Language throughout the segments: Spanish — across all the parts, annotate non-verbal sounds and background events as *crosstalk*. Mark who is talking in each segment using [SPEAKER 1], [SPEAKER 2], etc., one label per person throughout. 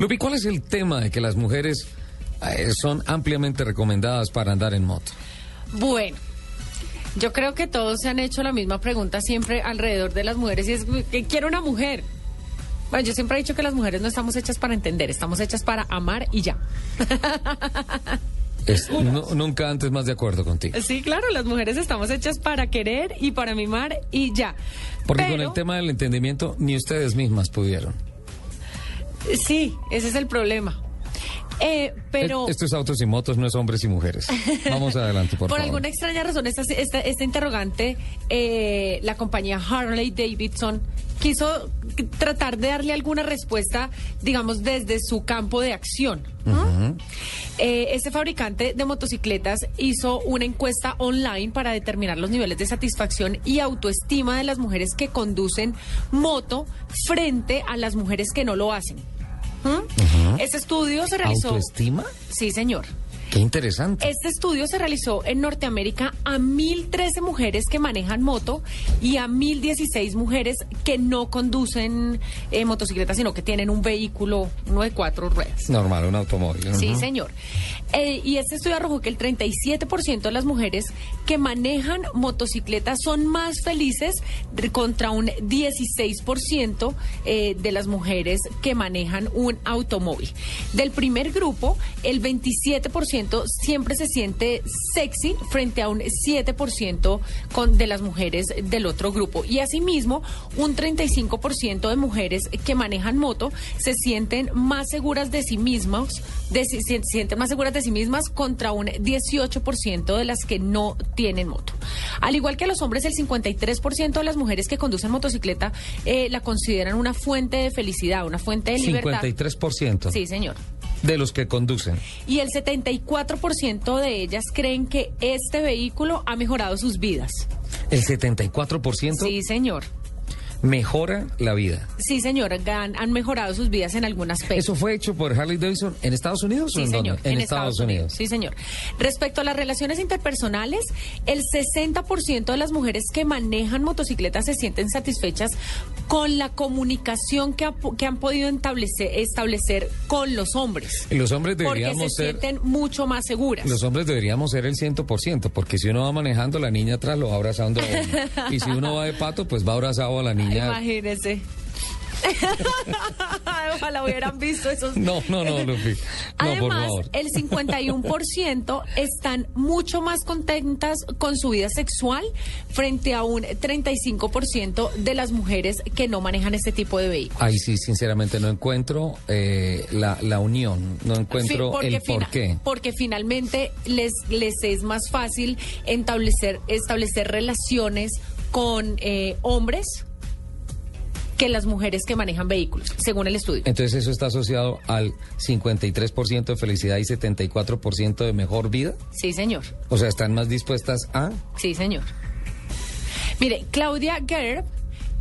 [SPEAKER 1] Lupi, ¿cuál es el tema de que las mujeres eh, son ampliamente recomendadas para andar en moto?
[SPEAKER 2] Bueno, yo creo que todos se han hecho la misma pregunta siempre alrededor de las mujeres y es que quiero una mujer. Bueno, yo siempre he dicho que las mujeres no estamos hechas para entender, estamos hechas para amar y ya.
[SPEAKER 1] Es- nu- nunca antes más de acuerdo contigo.
[SPEAKER 2] Sí, claro, las mujeres estamos hechas para querer y para mimar y ya.
[SPEAKER 1] Porque con
[SPEAKER 2] Pero-
[SPEAKER 1] el tema del entendimiento ni ustedes mismas pudieron.
[SPEAKER 2] Sí, ese es el problema. Eh, pero
[SPEAKER 1] Es- Esto es autos y motos, no es hombres y mujeres. Vamos adelante, por,
[SPEAKER 2] *laughs* por,
[SPEAKER 1] favor.
[SPEAKER 2] alguna extraña razón, esta, esta- esta interrogante, eh, la compañía Harley Davidson quiso tratar de darle alguna respuesta, digamos, desde su campo de acción. ¿no? Eh, este fabricante de motocicletas hizo una encuesta online para determinar los niveles de satisfacción y autoestima de las mujeres que conducen moto frente a las mujeres que no lo hacen. ¿Mm? Este estudio se realizó.
[SPEAKER 1] ¿Autoestima?
[SPEAKER 2] Sí, señor.
[SPEAKER 1] Qué interesante.
[SPEAKER 2] Este estudio se realizó en Norteamérica a 1.013 mujeres que manejan moto y a 1.016 mujeres que no conducen eh, motocicletas, sino que tienen un vehículo, uno de cuatro ruedas.
[SPEAKER 1] Normal, un automóvil.
[SPEAKER 2] Sí,
[SPEAKER 1] Ujú.
[SPEAKER 2] señor. Eh, y este estudio arrojó que el 37% de las mujeres que manejan motocicletas son más felices de- contra un 16% eh, de las mujeres que manejan un automóvil. Del primer grupo, el 27% siempre se siente sexy frente a un 7% con, de las mujeres del otro grupo. Y asimismo, un 35% de mujeres que manejan moto se sienten más seguras de sí mismas, de si- se sienten más seguras de sí mismas contra un 18% de las que no tienen moto. Al igual que los hombres, el 53% de las mujeres que conducen motocicleta eh, la consideran una fuente de felicidad, una fuente de libertad.
[SPEAKER 1] 53%
[SPEAKER 2] Sí, señor
[SPEAKER 1] de los que conducen.
[SPEAKER 2] y el 74% de ellas creen que este vehículo ha mejorado sus vidas.
[SPEAKER 1] El 74%
[SPEAKER 2] Sí, señor.
[SPEAKER 1] mejora la vida.
[SPEAKER 2] Sí, señor, han, han mejorado sus vidas en algún aspecto.
[SPEAKER 1] ¿Eso fue hecho por Harley Davidson en Estados Unidos o
[SPEAKER 2] Sí,
[SPEAKER 1] en dónde?
[SPEAKER 2] señor.
[SPEAKER 1] En, Estados, Unidos.
[SPEAKER 2] Sí, señor. Respecto a las relaciones interpersonales, el 60% de las mujeres que manejan motocicletas se sienten satisfechas con la comunicación que, ha- que han podido establecer, establecer con los hombres.
[SPEAKER 1] Y Los hombres
[SPEAKER 2] Porque se
[SPEAKER 1] deberíamos ser...
[SPEAKER 2] sienten mucho más seguras.
[SPEAKER 1] Los hombres deberíamos ser el 100%, porque si uno va manejando, la niña atrás lo va abrazando a uno. Y si uno va de pato, pues va abrazado a la niña.
[SPEAKER 2] Imagínese. *laughs* Ojalá hubieran visto esos.
[SPEAKER 1] No, no, no, Lupi. No, por
[SPEAKER 2] Además,
[SPEAKER 1] favor. *laughs*
[SPEAKER 2] el 51% están mucho más contentas con su vida sexual frente a un 35% de las mujeres que no manejan este tipo de vehículos.
[SPEAKER 1] Ahí sí, sinceramente, no encuentro eh, la, la unión, no encuentro
[SPEAKER 2] Fi- porque
[SPEAKER 1] el
[SPEAKER 2] fina-
[SPEAKER 1] por qué.
[SPEAKER 2] Porque finalmente les, les es más fácil establecer, establecer relaciones con eh, hombres que las mujeres que manejan vehículos, según el estudio.
[SPEAKER 1] Entonces eso está asociado al 53% de felicidad y 74% de mejor vida.
[SPEAKER 2] Sí, señor.
[SPEAKER 1] O sea, están más dispuestas a...
[SPEAKER 2] Sí, señor. Mire, Claudia Gerb,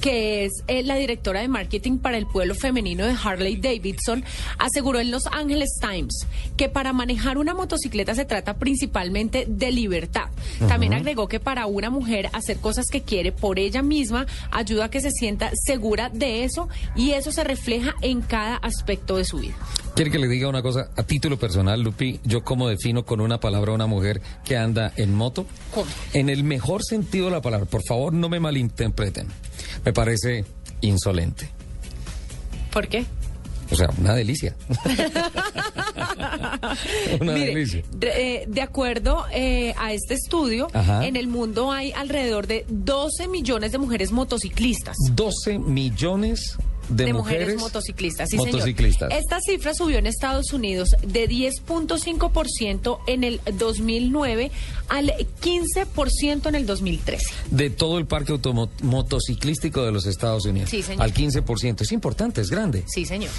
[SPEAKER 2] que es eh, la directora de marketing para el pueblo femenino de Harley Davidson, aseguró en Los Angeles Times que para manejar una motocicleta se trata principalmente de libertad. También agregó que para una mujer hacer cosas que quiere por ella misma ayuda a que se sienta segura de eso y eso se refleja en cada aspecto de su vida.
[SPEAKER 1] Quiere que le diga una cosa a título personal, Lupi. Yo cómo defino con una palabra a una mujer que anda en moto.
[SPEAKER 2] ¿Cómo?
[SPEAKER 1] En el mejor sentido de la palabra. Por favor, no me malinterpreten. Me parece insolente.
[SPEAKER 2] ¿Por qué?
[SPEAKER 1] O sea, una
[SPEAKER 2] *laughs*
[SPEAKER 1] delicia. *laughs* una
[SPEAKER 2] Mire,
[SPEAKER 1] delicia.
[SPEAKER 2] de, eh, de acuerdo eh, a este estudio,
[SPEAKER 1] Ajá.
[SPEAKER 2] en el mundo hay alrededor de 12 millones de mujeres motociclistas.
[SPEAKER 1] 12 millones de,
[SPEAKER 2] De, mujeres, motociclistas, sí,
[SPEAKER 1] motociclistas.
[SPEAKER 2] señor. Esta cifra subió en Estados Unidos de 10.5% en el 2009 al 15% en el 2013.
[SPEAKER 1] de todo el parque automo- motociclístico de los Estados Unidos.
[SPEAKER 2] Sí, señor.
[SPEAKER 1] Al 15%. Es importante, es grande.
[SPEAKER 2] Sí, señor.